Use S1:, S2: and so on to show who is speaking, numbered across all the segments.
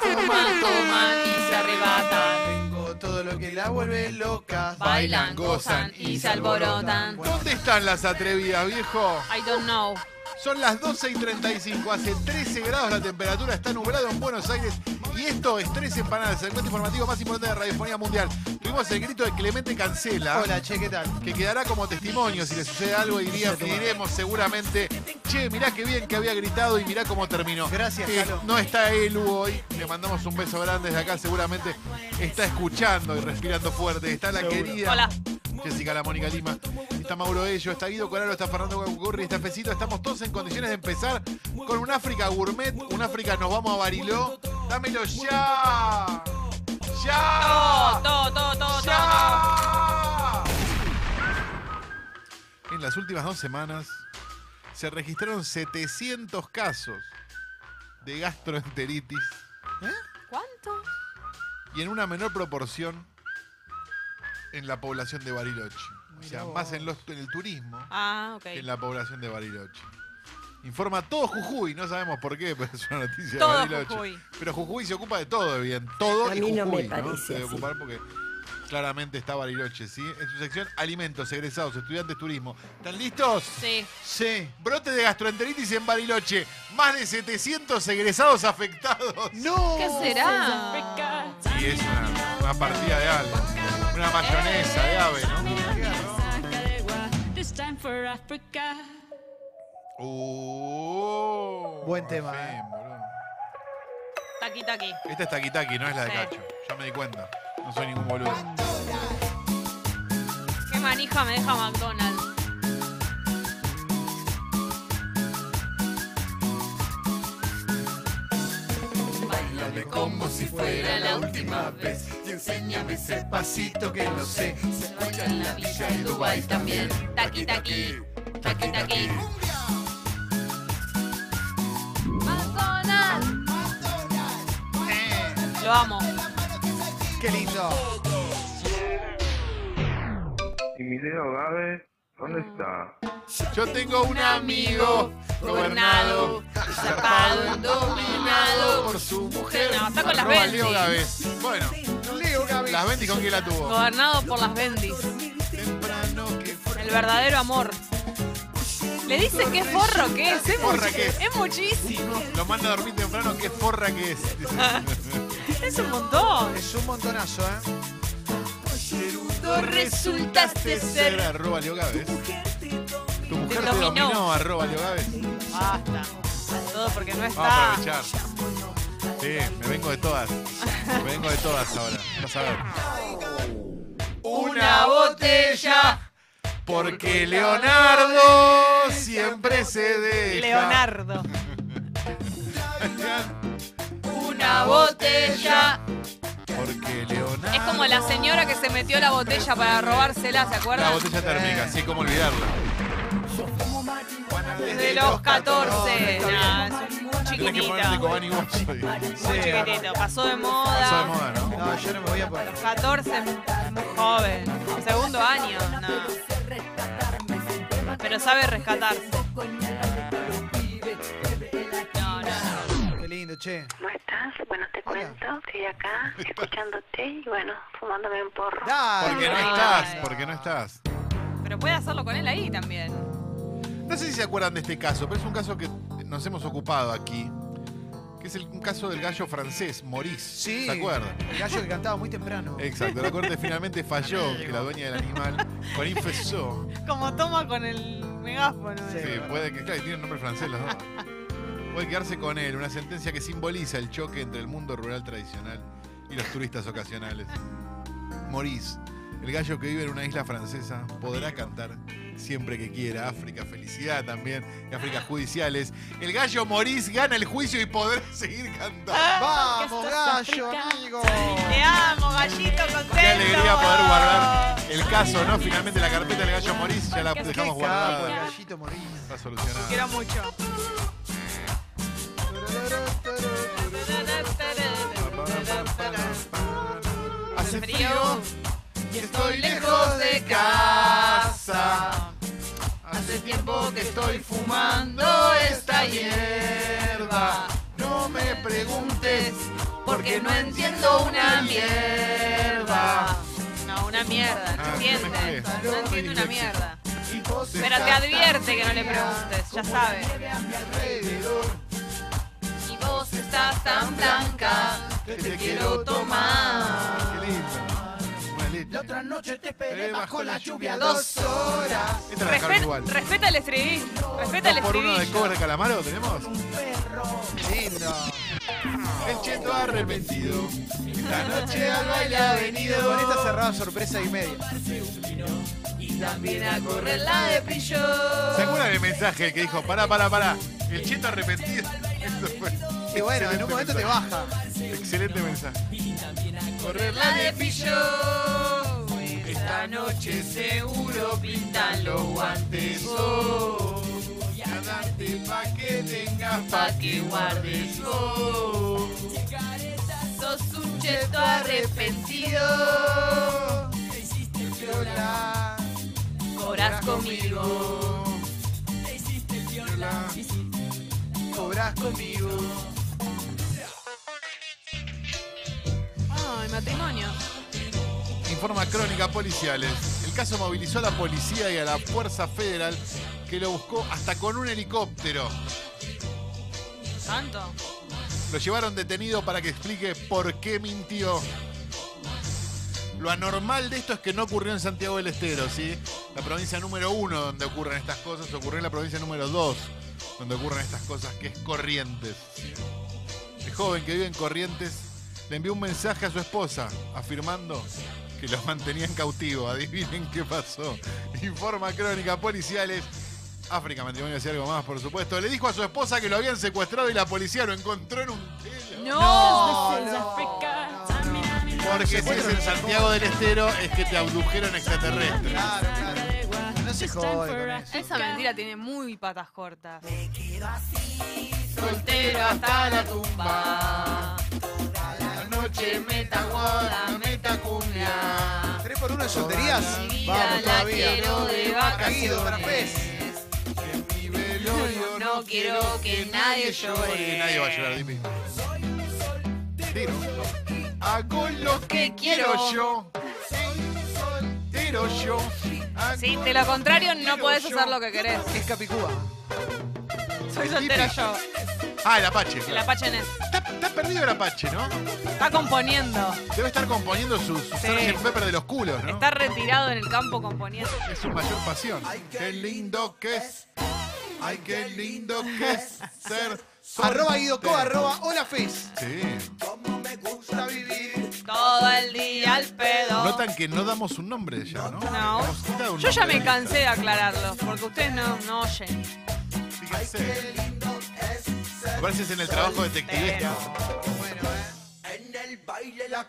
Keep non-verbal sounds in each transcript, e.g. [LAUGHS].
S1: toman, toman y se arrebatan.
S2: Tengo todo lo que la vuelve loca.
S1: Bailan, gozan y se alborotan.
S2: ¿Dónde están las atrevidas, viejo?
S1: I don't know.
S2: Son las 12 y 35, hace 13 grados la temperatura, está nublado en Buenos Aires y esto es 13 empanadas, el encuentro informativo más importante de la radiofonía mundial. Tuvimos el grito de Clemente Cancela,
S3: Hola, che, ¿qué tal?
S2: que quedará como testimonio si le sucede algo y diría- y diremos seguramente, che, mirá qué bien que había gritado y mirá cómo terminó.
S3: Gracias,
S2: Eh,
S3: Calo.
S2: No está él Hugo, hoy, le mandamos un beso grande desde acá, seguramente está escuchando y respirando fuerte. Está la querida
S1: Hola.
S2: Jessica La Mónica Lima, está Mauro Ello, está Guido Coralo, está Fernando Gurri, está Fecito. Estamos todos en condiciones de empezar con un África gourmet, un África nos vamos a Bariló. ¡Dámelo ya! ¡Ya!
S1: Todo, todo, todo, todo.
S2: ¡Ya! En las últimas dos semanas se registraron 700 casos de gastroenteritis
S1: ¿Cuánto?
S2: y en una menor proporción en la población de Bariloche. O sea, más en, los- en el turismo
S1: Ah, ok.
S2: que en la población de Bariloche. Informa todo Jujuy, no sabemos por qué, pero es una noticia
S1: Todo
S2: de Bariloche.
S1: Jujuy.
S2: Pero Jujuy se ocupa de todo, bien. Todo
S4: A
S2: y
S4: mí no
S2: Jujuy,
S4: me
S2: ¿no?
S4: parece
S2: Se debe
S4: así.
S2: ocupar porque claramente está Bariloche, ¿sí? En su sección alimentos, egresados, estudiantes, turismo. ¿Están listos?
S1: Sí.
S3: Sí.
S2: Brote de gastroenteritis en Bariloche. Más de 700 egresados afectados.
S3: ¡No!
S1: ¿Qué será?
S2: Y es una, una partida de algo. Una mayonesa de ave, ¿no?
S5: This time for Africa.
S2: Oh,
S3: Buen tema,
S2: Marfín,
S3: ¿eh?
S2: boludo.
S1: Taqui, taqui.
S2: Esta es taquitaqui, no es la de
S1: Sí.
S2: Cacho. Ya me di cuenta. No soy ningún boludo.
S1: Qué manija me deja McDonald's.
S2: Bailame como si fuera la última vez y enséñame ese pasito que no sé. Se escucha en la villa de Dubai también.
S1: Taqui, taqui. Taqui, taqui. McDonald's. Lo amo.
S3: ¡Qué lindo!
S6: ¿Y mi dedo Gabe? ¿Dónde está?
S2: Yo tengo un amigo gobernado,
S1: zarpado, dominado
S2: por su mujer.
S1: No, está con las
S2: Arroba
S1: Benzi.
S2: Leo Gávez. Bueno,
S3: Leo Gaby.
S2: las 20 con quién la tuvo.
S1: Gobernado por las bendis.
S2: Temprano que fue.
S1: El verdadero amor. Le dicen que es forro, que es. Es,
S2: Forra
S1: muchi-
S2: que es.
S1: es muchísimo.
S2: Lo manda a dormir temprano, qué forra que es. [LAUGHS]
S1: Es un montón.
S3: Es un montonazo, ¿eh?
S2: Tú Arroba Leo Gávez. Tu mujer te
S1: dominó.
S2: dominó, arroba Leo Gávez.
S1: Basta. Todo porque no
S2: Vamos a
S1: está.
S2: aprovechar. Sí, me vengo de todas. Me vengo de todas ahora. Vas a ver. Una botella. Porque Leonardo siempre se deja.
S1: Leonardo. Una botella.
S2: Porque Leonardo.
S1: Es como la señora que se metió la botella para robársela, ¿se
S2: La
S1: acuerdan?
S2: botella térmica, sí, cómo olvidarla.
S1: Desde los 14. Nah, es un
S2: Tenés que ponerte
S1: chiquitito.
S2: Cobani Watch. Pasó
S1: Muy chiquitito. Pasó de
S2: de
S1: moda.
S2: moda, ¿no?
S3: No, yo no me voy a poner.
S1: 14, muy joven. Segundo año. No. Pero sabe rescatarse. No, no, no.
S3: Qué lindo, che.
S7: ¿Cómo estás? Bueno, te
S3: Hola.
S7: cuento, estoy acá escuchándote y bueno, fumándome un porro.
S3: Dale.
S2: Porque no
S1: Ay.
S2: estás, porque no estás.
S1: Pero puede hacerlo con él ahí también.
S2: No sé si se acuerdan de este caso, pero es un caso que nos hemos ocupado aquí, que es el un caso del gallo francés, Maurice.
S3: Sí.
S2: ¿Se acuerdan?
S3: El gallo que cantaba muy temprano.
S2: Exacto, la corte finalmente falló que la dueña del animal, Corinne Fessot,
S1: Como toma con el megáfono.
S3: Sí.
S2: eh, puede que, claro, tiene un nombre francés los dos, puede quedarse con él, una sentencia que simboliza el choque entre el mundo rural tradicional y los turistas ocasionales. Maurice, el gallo que vive en una isla francesa, podrá cantar siempre que quiera. África, felicidad también, y África judiciales. El gallo Maurice gana el juicio y podrá [LAUGHS] seguir cantando.
S3: ¡Vamos, gallo, amigo!
S1: Te amo, gallito contento.
S2: Qué alegría poder guardar el caso, ¿no? Finalmente la carpeta del gallo Maurice ya la
S3: ¡Qué
S2: dejamos
S3: capo, el
S2: guardada.
S3: gallito Morís!
S2: Está solucionada.
S1: Quiero mucho.
S2: Hace
S1: frío
S2: y
S1: estoy lejos de casa.
S2: Hace
S1: tiempo que estoy fumando esta hierba.
S2: No me
S1: preguntes, porque no entiendo una mierda. No, una mierda, no
S2: Ah,
S1: entiende.
S2: me
S1: No
S2: mezclé.
S1: entiende una mierda.
S2: Hijos de
S1: Pero te
S2: esta-
S1: advierte que no le preguntes, ya sabe. Y vos estás tan blanca que te quiero tomar.
S2: Qué lindo. Buena leche.
S3: La otra noche te esperé
S2: Eh,
S3: bajo
S2: bajo
S3: la
S2: la
S3: lluvia
S2: lluvia
S3: dos horas.
S2: Esta la dejaron
S1: Respet-
S2: igual.
S1: respeta el estribillo. Respeta el
S2: Dos por uno de
S1: estribillo.
S2: Cobra Calamaro tenemos.
S3: Lindo.
S2: El cheto arrepentido. Esta noche al baile
S3: ha venido. Con esta cerrada sorpresa y media.
S1: Viene a correr la de pillo.
S2: ¿Se acuerdan del mensaje que dijo, pará, pará, pará? El cheto arrepentido. [LAUGHS] Eso fue
S3: Y bueno, en un
S2: excelente
S3: momento te
S2: mensaje.
S3: baja.
S2: Excelente mensaje.
S1: Correr la de pillo. Esta noche seguro pintan los guantes. Oh,
S2: Ganarte pa' que tengas
S1: pa' que guardes. Oh, sos un cheto arrepentido.
S3: Viola.
S1: Corás conmigo.
S3: Cobrás conmigo.
S1: Ay, matrimonio.
S2: Informa Crónica Policiales. El caso movilizó a la policía y a la Fuerza Federal que lo buscó hasta con un helicóptero.
S1: ¿Tanto?
S2: Lo llevaron detenido para que explique por qué mintió. Lo anormal de esto es que no ocurrió en Santiago del Estero, ¿sí? La provincia número uno donde ocurren estas cosas, ocurrió en la provincia número dos donde ocurren estas cosas, que es Corrientes. ¿sí? El joven que vive en Corrientes le envió un mensaje a su esposa afirmando que los mantenían cautivo. Adivinen qué pasó. Informa Crónica Policiales. África, matrimonio y algo más, por supuesto. Le dijo a su esposa que lo habían secuestrado y la policía lo encontró en un telo.
S1: No.
S5: This is Africa.
S2: Porque si es en Santiago del Estero es que te abdujeron extraterrestres.
S3: Claro, claro. No se jode con eso.
S1: Esa mentira tiene muy patas cortas. Me quedo así, soltero hasta la tumba.
S2: La noche
S1: Meta guada, meta cumbia.
S3: 3 por 1 de solterías.
S1: Mi vida la quiero de
S3: Caído, para
S1: vacaciones. [LAUGHS] No quiero que nadie llore.
S2: Nadie va a llorar, dime. Tiro. Hago lo
S1: que quiero
S2: yo. Tiro yo.
S1: Si de lo contrario no podés hacer lo que querés.
S3: Es Capicúa.
S1: Soy soltero yo.
S2: Ah, el Apache.
S1: El
S2: claro.
S1: Apache Ness.
S2: Está, está perdido el Apache, ¿no?
S1: Está componiendo.
S2: Debe estar componiendo su, su
S1: Sí.
S2: Sgt. Pepper de los culos, ¿no?
S1: Está retirado en el campo componiendo.
S2: Es su mayor pasión. Qué lindo que es. Ay, qué lindo que es ser.
S3: Arroba Guido
S2: guidoco
S3: Co, arroba hola Fez.
S2: Sí.
S3: Gusta vivir.
S1: Todo el día al pedo.
S2: Notan que no damos un nombre ya, ¿no?
S1: No.
S2: Hemos dado un
S1: Yo ya
S2: nombre
S1: me
S2: de
S1: cansé de aclararlo, porque ustedes no, no oyen.
S2: lista. Fíjense. A ver si es en el trabajo detectivista.
S3: Bueno, eh.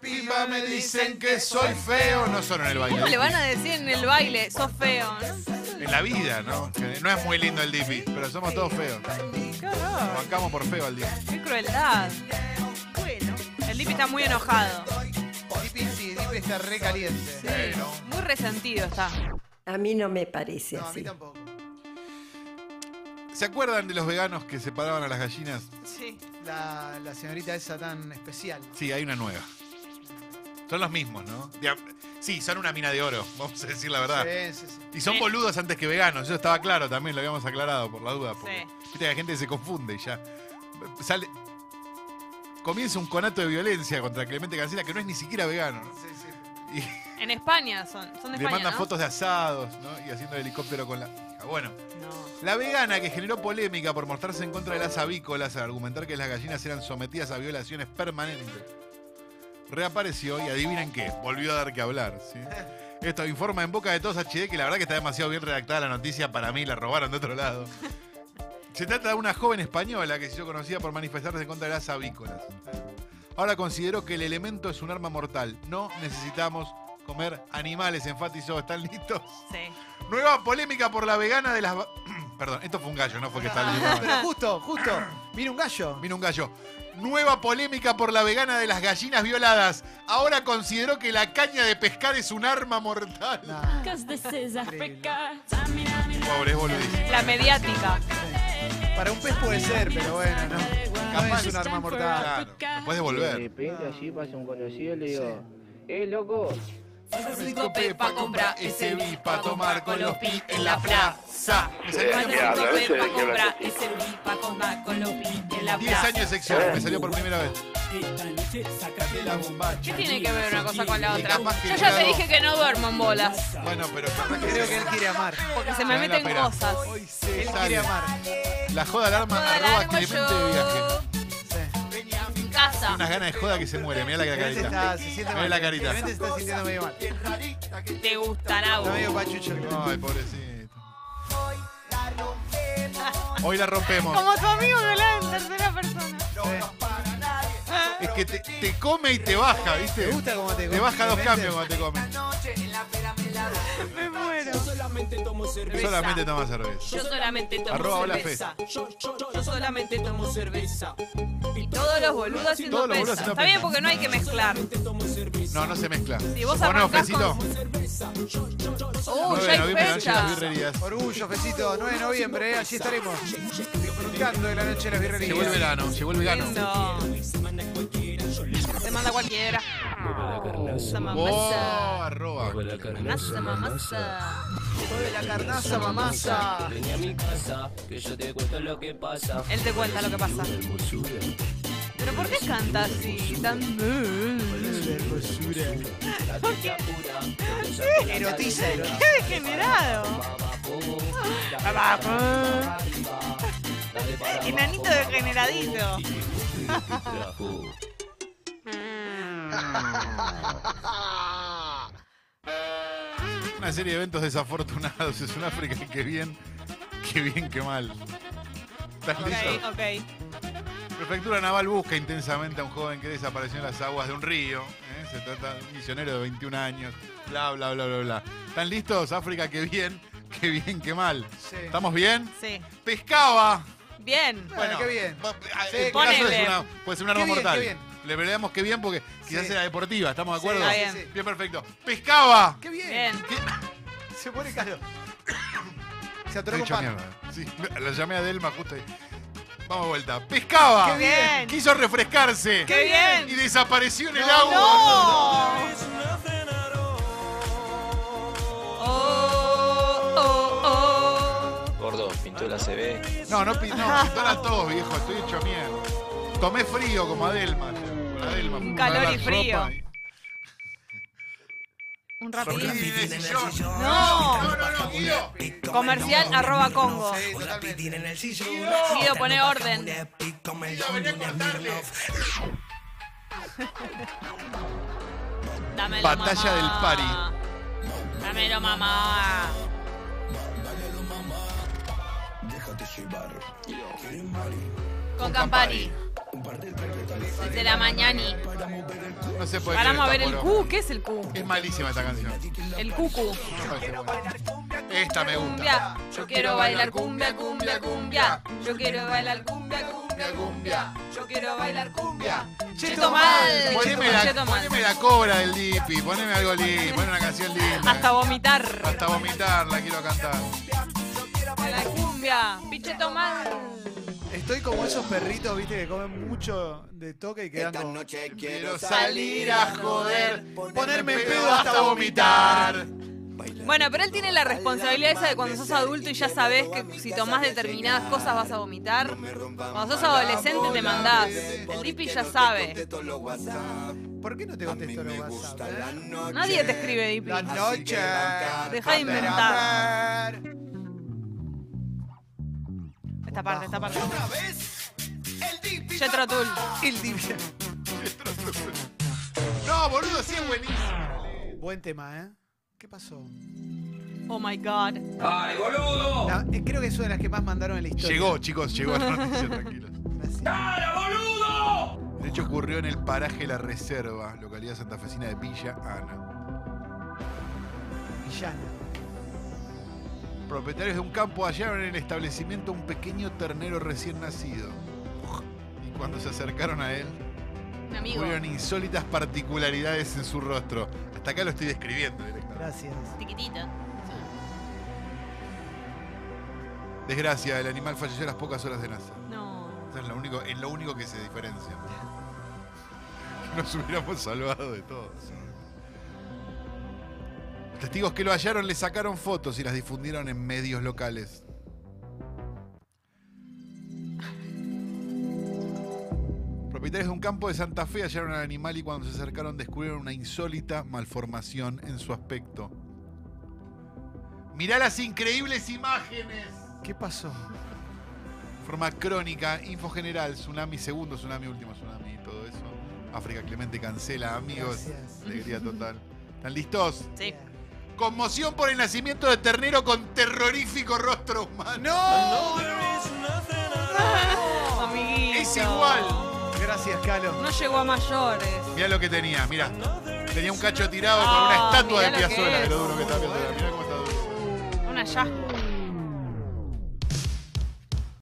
S2: Piba me dicen que soy feo. No solo en el
S1: ¿Cómo
S2: baile.
S1: le van a decir en el baile? Sos feo, ¿no?
S2: En la vida, ¿no? Que No es muy lindo el Dipi, pero somos todos feos.
S1: Qué horror,
S2: Bancamos por feo al Dipi.
S1: qué crueldad. El Lipi está muy enojado,
S3: Dipi, sí, Dipi está re caliente.
S1: muy resentido está.
S4: A mí no me parece
S3: No, a mí
S4: así.
S3: tampoco.
S2: ¿Se acuerdan de los veganos que separaban a las gallinas?
S1: Sí.
S3: La, la señorita esa tan especial.
S2: Sí, hay una nueva. Son los mismos, ¿no? Dia- Sí, son una mina de oro, [LAUGHS] vamos a decir la verdad.
S3: Sí, sí, sí.
S2: Y son
S1: Sí.
S2: boludos antes que veganos, eso estaba claro también, lo habíamos aclarado por la duda. Porque, Viste que la gente se confunde y ya. Sale. Comienza un conato de violencia contra Clemente Cancela, que no es ni siquiera vegano. ¿no?
S3: Sí, sí.
S2: Y
S1: En España son, son
S2: le
S1: de España,
S2: mandan
S1: ¿no?
S2: fotos de asados, ¿no? Y haciendo helicóptero con la. Ah, Bueno.
S1: No.
S2: La vegana que generó polémica por mostrarse en contra de las avícolas al argumentar que las gallinas eran sometidas a violaciones permanentes. Reapareció y adivinen qué, volvió a dar que hablar. ¿sí? Esto informa en boca de todos HD que la verdad que está demasiado bien redactada la noticia para mí, la robaron de otro lado. Se trata de una joven española que se hizo conocida por manifestarse en contra de las avícolas. Ahora consideró que el elemento es un arma mortal. No necesitamos comer animales, enfatizó. ¿Están listos?
S1: Sí.
S2: Nueva polémica por la vegana de las. va- [CLEARS THROAT] Perdón, esto fue un gallo, no fue que
S1: [LAUGHS]
S2: estaba leyendo mal.
S3: Ah, Pero justo, justo. Mira un gallo.
S2: Vino un gallo. Nueva polémica por la vegana de las gallinas violadas. Ahora consideró que la caña de pescar es un arma mortal.
S3: Nah.
S5: 'Cause this is Africa.
S2: Pobre, es boludísimo.
S1: La mediática.
S3: Para un pez puede ser, pero bueno, ¿no? no
S2: capaz
S3: es un
S2: que-
S3: arma mortal.
S2: Claro, después de volver.
S1: eh,
S8: De repente allí pasa un conocido y le digo, eh, loco,
S1: Cinco pepa compra ese bis pa' tomar con los pi en la plaza. Eh,
S2: Me salió
S1: Cinco
S6: Sí, mira, a veces
S1: pepa
S6: hay que
S1: compra
S6: hablar así.
S1: ese bis pa' tomar con los pi en la
S2: 10
S1: plaza.
S2: años de sección, me salió por primera vez.
S1: ¿Qué tiene que ver una cosa con la
S2: Y
S1: otra?
S2: capaz que
S1: Yo ya te
S2: claro.
S1: dije que no duermo en bolas,
S2: Bueno, pero capaz que
S3: Creo
S2: se-
S3: que él quiere amar.
S1: porque se
S2: Ya
S1: me
S2: la
S1: meten
S2: pera.
S1: cosas.
S2: se
S3: Él
S2: sale.
S3: quiere amar.
S2: La joda alarma
S1: Toda la
S2: arroba
S1: armo
S2: Clemente de viaje.
S1: yo
S3: Sí.
S1: en casa.
S2: Unas ganas de joda que se muere, mirá la
S3: Clemente
S2: carita.
S3: está- se siente
S2: Mirá
S3: mal.
S2: la carita.
S3: Clemente se está sintiendo medio mal.
S1: Te gustará
S3: Está
S1: vos.
S3: medio pachucho.
S2: Ay, pobrecito. Hoy la rompemos.
S1: Como tu amigo que habla en tercera persona.
S3: Sí.
S2: Es que te, te come y te baja, ¿viste?
S3: Me gusta cómo te
S2: Te
S3: come,
S2: baja dos
S3: Clemente.
S2: cambios cuando te come.
S1: Me muero.
S2: Solamente toma cerveza.
S1: Yo solamente tomo
S2: Arroba hola
S1: cerveza. Yo solamente tomo cerveza. Y todos los boludos haciendo
S2: Todos los boludos haciendo
S1: pesa. Está bien
S2: pesa.
S1: porque no hay que mezclar.
S2: No, no se mezcla.
S1: Si vos
S2: ¿O no,
S1: arrancás
S2: Fecito?
S1: con-
S2: 9
S1: Uh,
S2: de
S1: ya hay
S2: noviembre, noche de
S1: fecha.
S2: las birrerías.
S3: Orgullo, Fecito, 9 de noviembre, ¿eh? allí estaremos. Disfrutando de la noche de las birrerías.
S2: Llegó el verano, llegó el vegano.
S1: No. Se manda cualquiera. Masa,
S2: Oh,
S1: mamasa.
S2: arroba.
S1: Masa, mamasa.
S3: Vuelve la carnaza, mamasa.
S8: vení a mi casa, que yo te cuento lo que pasa.
S1: Él te cuenta lo que pasa. Pero ¿por qué canta así? Tan. ¿Por qué?
S3: Erotiza, erotiza.
S1: ¡Qué degenerado! Papá. Enanito degeneradito.
S2: Una serie de eventos desafortunados. Es un África que bien, que bien, que mal. ¿Estás listo?
S1: Ok, ok.
S2: Prefectura Naval busca intensamente a un joven que desapareció en las aguas de un río. ¿eh? Se trata de un misionero de 21 años. Bla, bla, bla, bla, bla. ¿Están listos? África, que bien, que bien, que mal.
S3: Sí.
S2: ¿Estamos bien?
S1: Sí.
S2: Pescaba.
S1: Bien.
S3: Bueno, Ah, qué bien.
S2: va- a-
S3: Sí,
S2: el pegaso
S1: ponele.
S2: es una, puede ser un arma
S3: Qué bien,
S2: mortal.
S3: qué bien.
S2: Le peleamos que bien porque quizás
S3: Sí.
S2: era deportiva, ¿estamos de acuerdo?
S1: Está
S3: Sí,
S1: bien.
S3: sí, sí.
S2: Bien, perfecto. Pescaba.
S3: Qué bien.
S1: Bien.
S3: Se pone caro. Se
S2: Estoy
S3: atoró con
S2: hecho
S3: pan.
S2: mierda. Sí, la llamé a Delma justo ahí. Vamos de vuelta. Pescaba.
S1: Qué bien.
S2: Quiso refrescarse.
S1: Qué bien.
S2: Y desapareció en el
S1: ¡No!
S2: agua.
S1: Oh, oh, oh.
S8: Gordo, pintura se ve.
S2: No, no, pi- no, pintó la tos, viejo, estoy hecho mierda. Tomé frío como Adelma. Con Adelma.
S1: Un
S2: fui a
S1: calor
S2: lavar
S1: y frío.
S2: ropa y-
S1: Un
S2: Rapidín
S1: rapidín.
S2: en el sillón.
S1: No.
S2: No, no, no, Guido.
S1: Comercial arroba Congo.
S3: Sí, totalmente.
S1: Guido, pone orden.
S2: Guido, vení a contarle.
S1: Dámelo,
S2: Batalla del
S1: mamá. Dámelo, mamá. Con Campari. Desde la mañana.
S2: No se puede
S1: Paramos a ver
S2: creer
S1: el
S2: esta
S1: Q. ¿Qué es el Q?
S2: poronga. Es malísima esta canción.
S1: El cucu.
S2: No parece buena. Esta me gusta.
S1: Cumbia. Yo quiero bailar cumbia, cumbia, cumbia. Yo quiero bailar cumbia, cumbia, cumbia. Yo quiero bailar cumbia. Cheto mal.
S2: Poneme la,
S1: Cheto mal.
S2: poneme la cobra del Dipi, poneme algo lindo, poneme una canción linda.
S1: Hasta vomitar.
S2: Hasta vomitar la quiero cantar.
S1: La cumbia. Picheto mal.
S3: Estoy como esos perritos, viste, que comen mucho de toque y quedan como...
S2: Quiero salir a joder,
S3: Ponerme en pedo hasta vomitar.
S1: Bueno, pero él tiene la responsabilidad esa de cuando sos adulto y ya sabés que si tomás determinadas cosas vas a vomitar. Cuando sos adolescente te mandás. El Dipi ya sabe.
S3: ¿Por qué no te contesto los WhatsApp? eh?
S1: Nadie te escribe Dipi.
S3: La noche.
S1: Deja de inventar. Esta parte, esta parte. Jetro Tull.
S3: El divino.
S2: No, boludo, sí es buenísimo.
S3: Buen tema, ¿eh? ¿Qué pasó?
S1: Oh my god.
S3: La- eh, creo que es una de las que más mandaron en la historia.
S2: Llegó, chicos, llegó la noticia, tranquilos.
S3: Gracias.
S2: De hecho, ocurrió en el paraje La Reserva, localidad santafesina de Villa Ana.
S3: Villana.
S2: Propietarios de un campo hallaron en el establecimiento un pequeño ternero recién nacido. Y cuando se acercaron a él,
S1: Un amigo.
S2: descubrieron insólitas particularidades en su rostro. Hasta acá lo estoy describiendo directamente.
S3: Gracias.
S1: Tiquitito.
S2: Desgracia, el animal falleció a las pocas horas de nacer.
S1: No.
S2: Esa es la único, en lo único que se diferencia. [LAUGHS] Nos hubiéramos salvado de todo. Los testigos que lo hallaron le sacaron fotos y las difundieron en medios locales. Propietarios de un campo de Santa Fe hallaron al animal y cuando se acercaron descubrieron una insólita malformación en su aspecto. Mirá las increíbles imágenes.
S3: ¿Qué pasó?
S2: Forma crónica, info general, tsunami segundo, tsunami último, tsunami, todo eso. África Clemente cancela, amigos.
S3: Gracias.
S2: Alegría total. ¿Están listos?
S1: Sí.
S2: Conmoción por el nacimiento de ternero con terrorífico rostro humano.
S3: ¡No!
S1: Amiguito.
S2: Es igual.
S3: Gracias, Calo.
S1: No llegó a mayores.
S2: Mirá lo que tenía, mirá. Tenía un cacho tirado con una
S1: Ah,
S2: estatua de
S1: mirá lo que
S2: Piazzolla,
S1: es.
S2: de lo duro que está Piazzolla. Mirá cómo está duro.
S1: Un hallazgo.